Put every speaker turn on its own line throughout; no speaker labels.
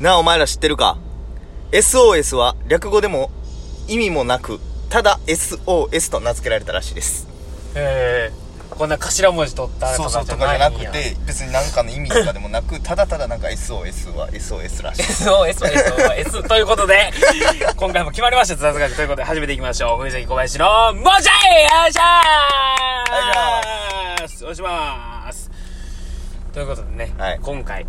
なあお前ら知ってるか SOS は略語でも意味もなくただ SOS と名付けられたらしいです
えー、こんな頭文字取った
そう
と
そ
か
う
じ
と
ゃ
か
な
じ
い
ゃなん
や
くて別に何かの意味とかでもなくただただなんか SOS は SOS らしい
SOS は SOS ということで 今回も決まりました雑学ということで始めていきましょう藤崎小林のもじゃいよいしゃーお願いしますということでね、
はい
今回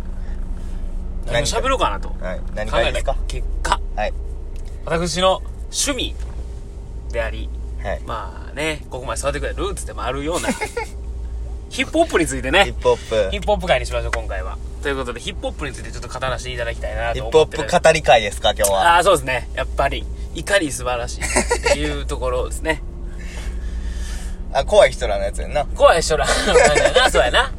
何
何
を喋ろうかなと
はい何
考
かい
え
いです
た
か
結果
はい
私の趣味であり
はい
まあねここまで育ててくれたルーツでもあるよ うなヒップホップについて
ヒッ
ね
プホップ
ヒップホップ会にしましょう今回はということでヒップホップについてちょっと語らせていただきたいな
ヒ
と
ップホ
思っ
ッ
て
プ
る
語り会ですか今日は
ああそうですねやっぱり怒り素晴らしいっていうところです ね
あ怖い人らのやつやんな
怖い人らなそうやな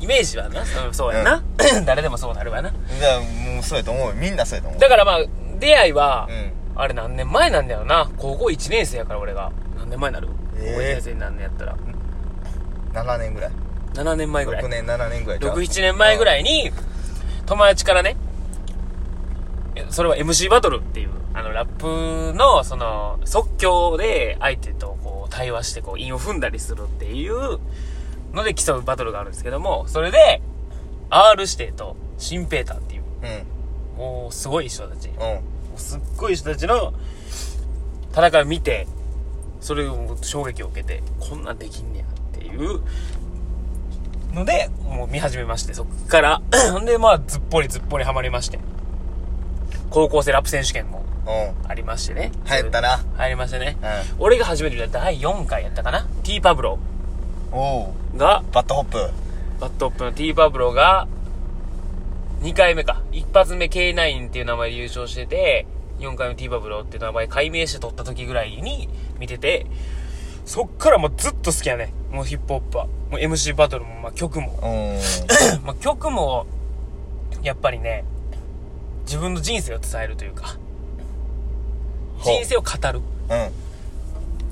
イメージはな、うん、そうやな、 誰でもそうなるわな
じゃあもうそうやと思うよみんなそうやと思う
だからまあ出会いは、
うん
あれ何年前なんだよな高校1年生やから俺が何年前になる、
えー
高校1年生になんねやったら
7年ぐらい
7年前ぐらい
6年7年ぐらいちゃう
67年前ぐらいに友達からねえそれは MC バトルっていうあのラップのその即興で相手とこう対話してこう韻を踏んだりするっていうので競うバトルがあるんですけどもそれで R 指定とシンペーターっていう
うん
もうすごい人たちも
うん
うすっごい人たちの戦いを見てそれをもう衝撃を受けてこんなんできんねやっていうのでもう見始めましてそっからほんでまあずっぽりずっぽりハマりまして高校生ラップ選手権も
うん
ありましてね
流行ったな
入りましたね、
う
俺が初めて見た第4回やったかな T パブロ
おお
が
バットホップ
バットップの T パブロが2回目か一発目 K9 っていう名前で優勝してて4回目 T パブロっていう名前改名して取った時ぐらいに見ててそっからもうずっと好きやねもうヒップホップはもう MC バトルも、まあ、曲 も
うん
まあ曲もやっぱりね自分の人生を伝えるというか
ほう
人生を語
う
る
ん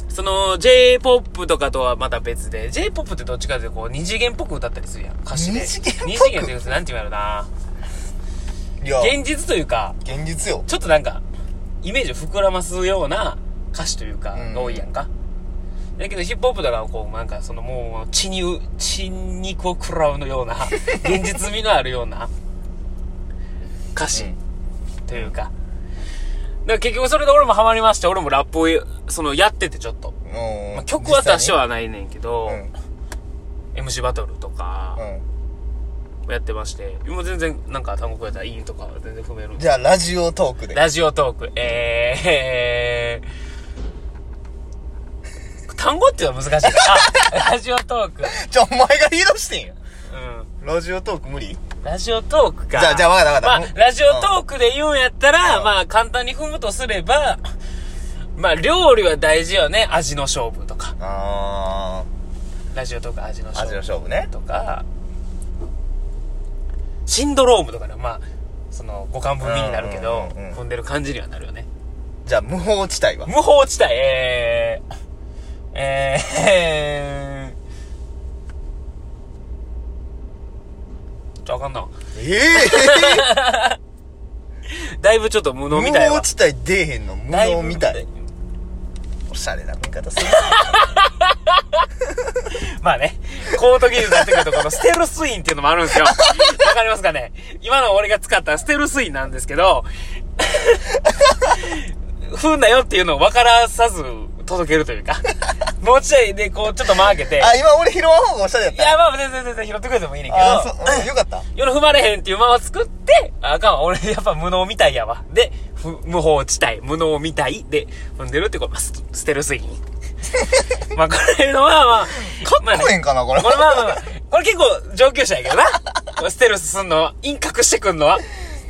その J-POP とかとはまた別で J-POP ってどっちかというとこう二次元っぽく歌ったりするやん歌詞で
二次元っぽく
二次元っていうかなんて言うんやろない
や
現実というか
現実よ
ちょっとなんかイメージを膨らますような歌詞というか
うん
が多いやんか、だけどヒップホップとかはこうなんかそのもう血にう血肉を食らうのよ うな現実味のあるような歌詞というか、だから結局それで俺もハマりまして俺もラップをそのやっててちょっと、
うん
まあ、曲は多少はないねんけど、
うん
MC バトルとか
う
やってまして、もう全然なんか単語やったらいいんとかは全然踏める
んじゃあラジオトークで
ラジオトーク。えー、単語っていうのは難 しいな。あラジオトーク。
じゃあお前が言い出してんや
う
ラジオトーク無理
ん。ラジオトークか。
じゃあじゃあわかったわかった
まあ、ラジオトークで言うんやったら、
うん
まあ、簡単に踏むとすれば、まあ、料理は大事よね。味の勝負とか。
あ
ラジオトーク味の
ー味
勝
の勝負
負
ね
とか、シンドロームとかね。まあ、その、五感分身になるけど、
うんうんうんうん
踏んでる感じにはなるよね。
じゃあ無法地帯は
無法地帯、えー、えー、えー、ちょ、あかんな。
え
だいぶちょっと無
え
能
無
みたい
法
わ。
地帯出えへんの無
だい
能
ぶ
みたい。おしゃれな見方する
まあね、高度技術になってくると、このステルスインっていうのもあるんで すよ。わかりますかね今の俺が使ったステルスインなんですけど、ふんだよっていうのを分からさず届けるというか、持ち合いでこうちょっと曲げて、
あ今俺拾わん方がおしゃれやっ
い
た
や、まあ全然全然拾ってくれてもいいねんけど、
あーそううんよかった
夜踏まれへんっていうまま作って、ああかんわ、俺やっぱ無能みたいやわ。で、ふ無法地帯、無能みたいで踏んでるってこと、まあ、スステルスイン。 まあこれのはまあ、か
来へんかなこれ
これまあまあまあ、これ結構上級者やけどな。ステルスすんのは、陰隠してくんのは、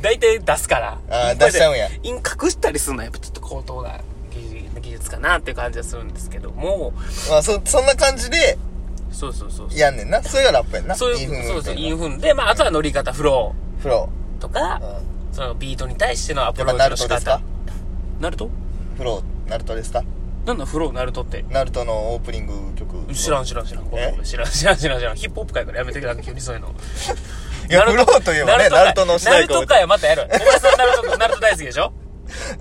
大体出すから。
あー出しちゃうんや
陰隠したりすんのはやっぱちょっと高等な技技術かなっていう感じはするんですけども、
まあそそんな感じで
そうそうそうそう。
やんねんなそれがラップやんな
そう
インフム
いう、
みたい
そう
な
そう、インフンで、まああとは乗り方、フロ
フロ
ーとか、
ーうん
そのビートに対してのアプ
やっぱ
ローチ
ナ
の
ル
仕
ト
方
ですか
ナルト
フローナルトですか
なんだフローナルトって
ナルトのオープニング曲
知らん知らん知らんごめんごめん知らん知らん知らん知らんヒップホップ界からやめてください急にそういうの
いやフローといえばねナルトの主題歌
ナルト会はまたやる。小林さんナ ルト、ナルト大好きでしょ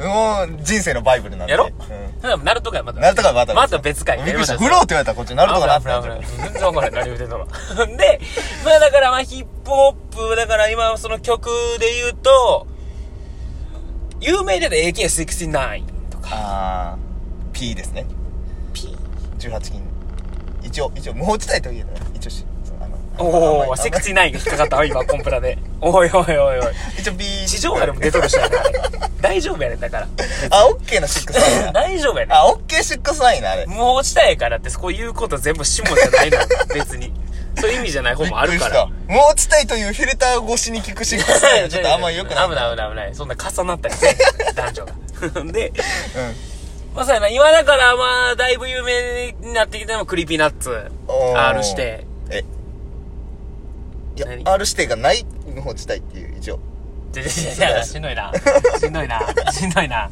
もう人生のバイブルなんで
やろ
うん
でもナルト会また。
ナルトがまた
また別会。
びっくりした
や
フ
りま
ロー
ょ
っ
う
て言われたらこっちナルトかなってなっち
危
ゃ
な
う
い危ない全然わからない。何言うてんのか で、まあだからまあヒップホップ、だから今その曲で言うと、有名で言うと AK69 とか、
あー P ですね
P。
18金一応一応無法地帯といえば一応しそのあの
お
あ
お
んまり
セクシーナインが引っかかったわ、今、コンプラで。おいおいおいおい。
一応 B
地上波でも出とるしな、あれ大丈夫やねん、だから。
あオッケーのシックスナインだ
大丈夫やねん。
あオッケーシックスナインだあれ
無法地帯やからって、そういうこと全部下じゃないの、別に。そういう意味じゃない方もあるから。
びっくりした無法地帯というフィルター越しに聞くシックス ナインはちょっとあんま良くない
危ない危ない危ない。そんな重なったり せん男女が。 で、
うん
まあそうやな、今だからまあ、だいぶ有名になってきたのも、クリーピーナッツ、
おー
R して、
えいや
何
R 指定がない無法地帯っていう一応
いやいやいやしんどいな。しんどいな。しんどいな。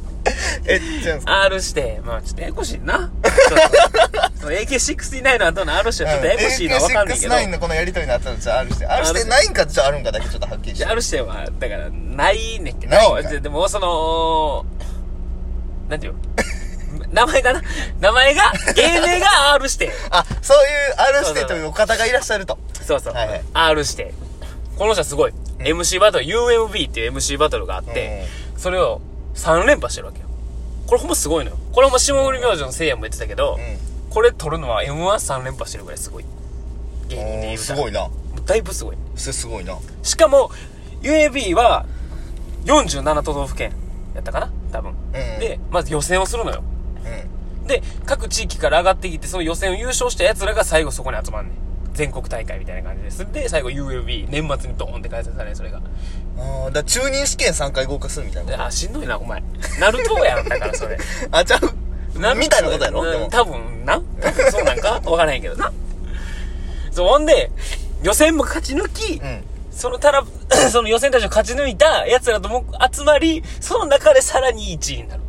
え違うんですか
R して、まあちょっとややこし いな。ちょっとその AK69 の後の R してはちょっとややこしいのはわかんないけど。
うん AK69 のこのやりとりの後のちょっと R して R してないんかちょっとあるんかだけちょっとはっきりして
あるしては、だから、ないねんけ
ないんか
ど、ででも、その、なんていうの名前がな、名前が、芸名が R して。
あそういう R 指定というお方がいらっしゃると
そうそう、
はいはい
R して。この人はすごい。MC バトル、UMB っていう MC バトルがあって、それを3連覇してるわけよ。これほんますごいのよ。これも下降り明星のせいやも言ってたけど、これ取るのは M13 連覇してるぐらいすごい。芸人で
う
言
ん
う
すごい
い。
な
だいぶすごい。
それすごいな
しかも UAB は47都道府県やったかな多分、でまず予選をするのよ
う
で各地域から上がってきてその予選を優勝した奴らが最後そこに集まんねん全国大会みたいな感じですで最後 UAB 年末にドーンって開催されるそれが
んあーだから中任試験3回合格するみたい
で
な
あしんどいなお前ナルトやんだからそれ
あちゃう
ナルト
みたいなことやろ
うん
でも
多分な多分そうなんか わからへんけどなそうほんで予選も勝ち抜き、
うん
そのたら、 その予選たちを勝ち抜いた奴らとも集まり、その中でさらに1位になる。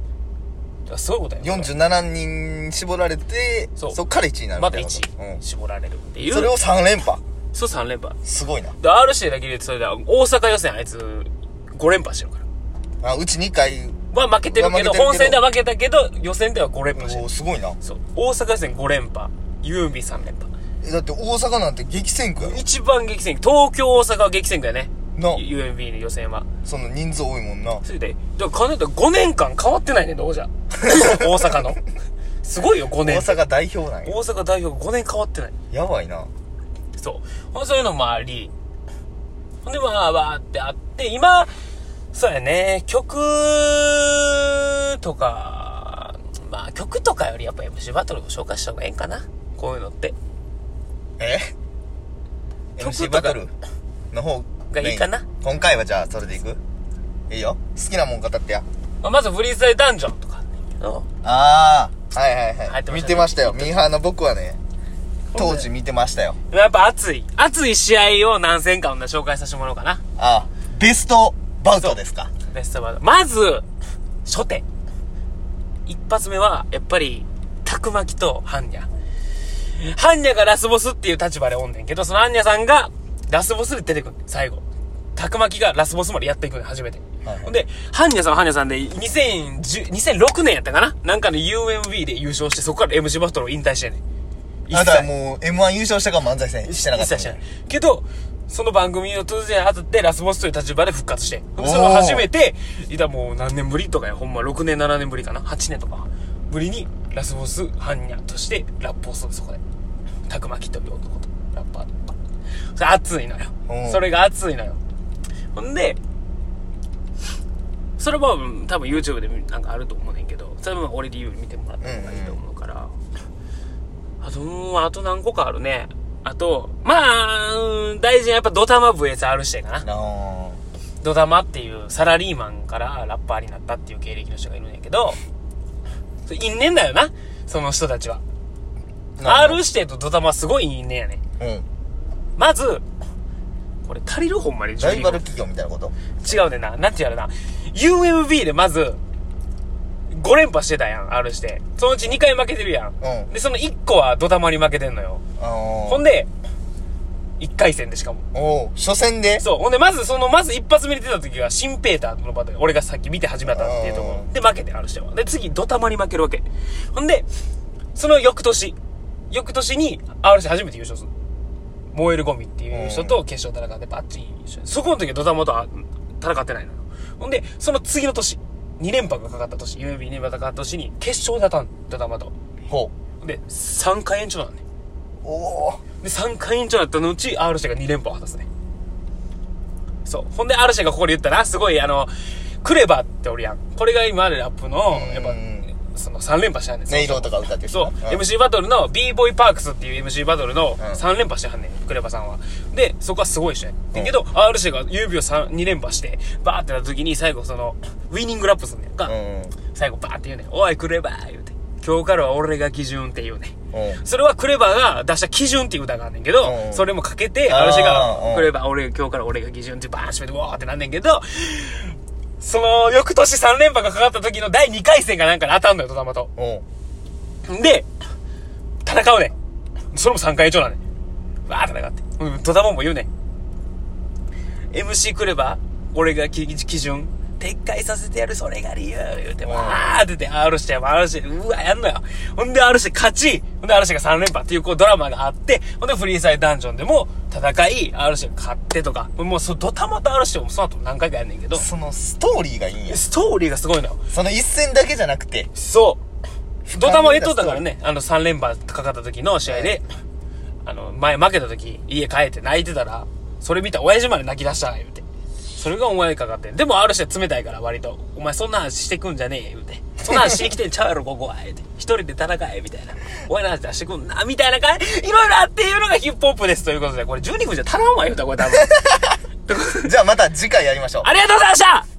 だからそういうことやね。
47人絞られて
そ
そうっから1位になる
ま
み
た
たいなこと
1位絞られるっていうう。
ん、それを3連覇
そう3連覇。
すごいな
で、RC だけで言うとそれでは、大阪予選あいつ5連覇してるから。
あうち2回
まあ負けてるけ
ま
ど、
あ負
本
けてるけど
戦では負けたけど、予選では5連覇して
お
る
ー。すごいな
そう。大阪予選5連覇。ユーミン3連覇。
えだって大阪なんて激戦区やろ
一番激戦区。東京、大阪は激戦区やね。
な
UMB の予選は。
その人数多いもんな
それで、だから、金田5年間変わってないねんどうじゃ。 大阪の。すごいよ、5
大
年。
阪代表なんや
大阪代表5年変わってない。
やばいな
そう。ほんそういうのもあり、ほんで、まあ、わーってあって、今、そうやね、曲とか、まあ、曲とかよりやっぱ MC バトルを紹介した方がええんかな。こういうのって。
え
曲
MC
とか
バトルの方
がいいかな
メイン今回はじゃあそれでいくいいよ好きなもん語ってや
まあ、まず、フリースタイルダンジョンとかあんねんけど。
ああはいはいは
入
い
ってましたね
見てましたよミーハーの僕はね当時見てましたよ
やっぱ熱い。熱い試合を何戦かほんなら紹介させてもらおうかな。
ああベストバウトですか
ベストバウト。まず、初手。一発目は、やっぱり、たくまきとハンニャ。ハンニャがラスボスっていう立場でおんねんけど、そのハンニャさんが、ラスボスで出てくんねん最後。たくまきがラスボスまでやっていくねん初めて。
はいはい
ほんで、ハンニャさんはハンニャさんで、2010 2006年やったかななんかの UMB で優勝して、そこから MC バトルを引退してんねん。一
あ
切
だからもう M1 優勝したから漫才戦してなかった
一切してないけどその番組を突然当たってラスボスという立場で復活してそ
おー
れを初めていたもう何年ぶりとかやほんま6年7年ぶりかな8年とかぶりにラスボスハンニャとしてラップをするそこでたくまきという男とラッパーとそれ熱いのよ
おう
それが熱いのよほんでそれもうん多分 YouTube で見なんかあると思うねんけどそれも俺理由見てもらった方がいいと思うから、あと、うんあと何個かあるね。あと、まあ、うん大事なやっぱドタマ VSR してかな。
あ
ドタマっていうサラリーマンからラッパーになったっていう経歴の人がいるんやけど、それ因縁だよな、その人たちは。
ーなる
R してとドタマすごい因縁やね。
ほどうん
まず、これ足りるほんまに
ライ
12
バ
個
ル企業みたいなこと
違うねんな。なんて言うやろな。UMB でまず、5連覇してたやん、R して。そのうち2回負けてるやん。
うん
で、その1個はドタマに負けてんのよ。
あー
ほんで、 1回戦でしかも。
おう初戦で
そう。ほんで、まずその、まず一発目に出た時が、シンペーターのバトル。俺がさっき見て始めたっていうとこ
うん
ろ。で、負けて、ある人は。で、次、ドタマに負けるわけ。ほんで、その翌年、翌年に、RC 初めて優勝する。燃えるゴミっていう人と決勝戦って、バッチリ優勝。そこの時はドタマとは戦ってないのよ。ほんで、その次の年、2連覇がかかった年、UMB2 連覇がかかった年に、決勝で当たん、ドタマと。
ほ
ほんで、3回延長なんね。
うおお
で、3回延長だったのうち、R 社が2連覇を果たすね。そう。ほんで、R 社がここで言ったら、すごい、あの、クレバーっておるやん。これが今あるラップの、
うん
やっぱ、その3連覇してはんねん。
音色とか歌ってる人
そう、
ん
MC バトルの b ボーイパークスっていう MC バトルの
ん
3連覇してはんねん、クレバさんは。で、そこはすごい人やねん。だけど、R 社が指を3 2連覇して、バーってなった時に最後その、ウィニングラップすんねんか。
うん
最後バーって言うねん。おい、クレバー言うて。今日からは俺が基準って言うねん。
うん
それはクレバーが出した基準っていう歌があんねんけど、
うん
それもかけて、
あー
あの
う
人
ん
が、クレバー、俺、今日から俺が基準ってバーン閉めて、わーってなんねんけど、その、翌年3連覇がかかった時の第2回戦がなんかで当たんのよ、とたまと。
おうん
で、戦うねん。それも3回以上なんねん。わー戦って。うん、ドタマも言うねん。MC 来れば、俺がき基準、撤回させてやる、それが理由、言うて、
ん
わーってて、R して、R して、うわ、やんのよ。ほんで R して勝ち、ほんで R してが3連覇っていうこうドラマがあって、ほんでフリーサイドダンジョンでも戦い、R してが勝ってとか、もうそう、ドタマと R してもその後何回かやんねんけど、
そのストーリーがいいんや
ストーリーがすごいのよ。
その一戦だけじゃなくて
そう。ドタマでとったからね、あの3連覇かかった時の試合で、あの、前負けた時、家帰って泣いてたら、それ見た親父まで泣き出した、言うて。それがお前にかかってん。でもある人は冷たいから、割と。お前そんな話してくんじゃねえ、言うて。そんな話しに来てんちゃうやろ、ここは、言うて。一人で戦え、みたいな。お前の話出してくんな、みたいな感じ。いろいろあっていうのがヒップホップです、ということで。これ12分じゃ足らんわ、言うた、これ多分。
じゃあまた次回やりましょう
ありがとうございました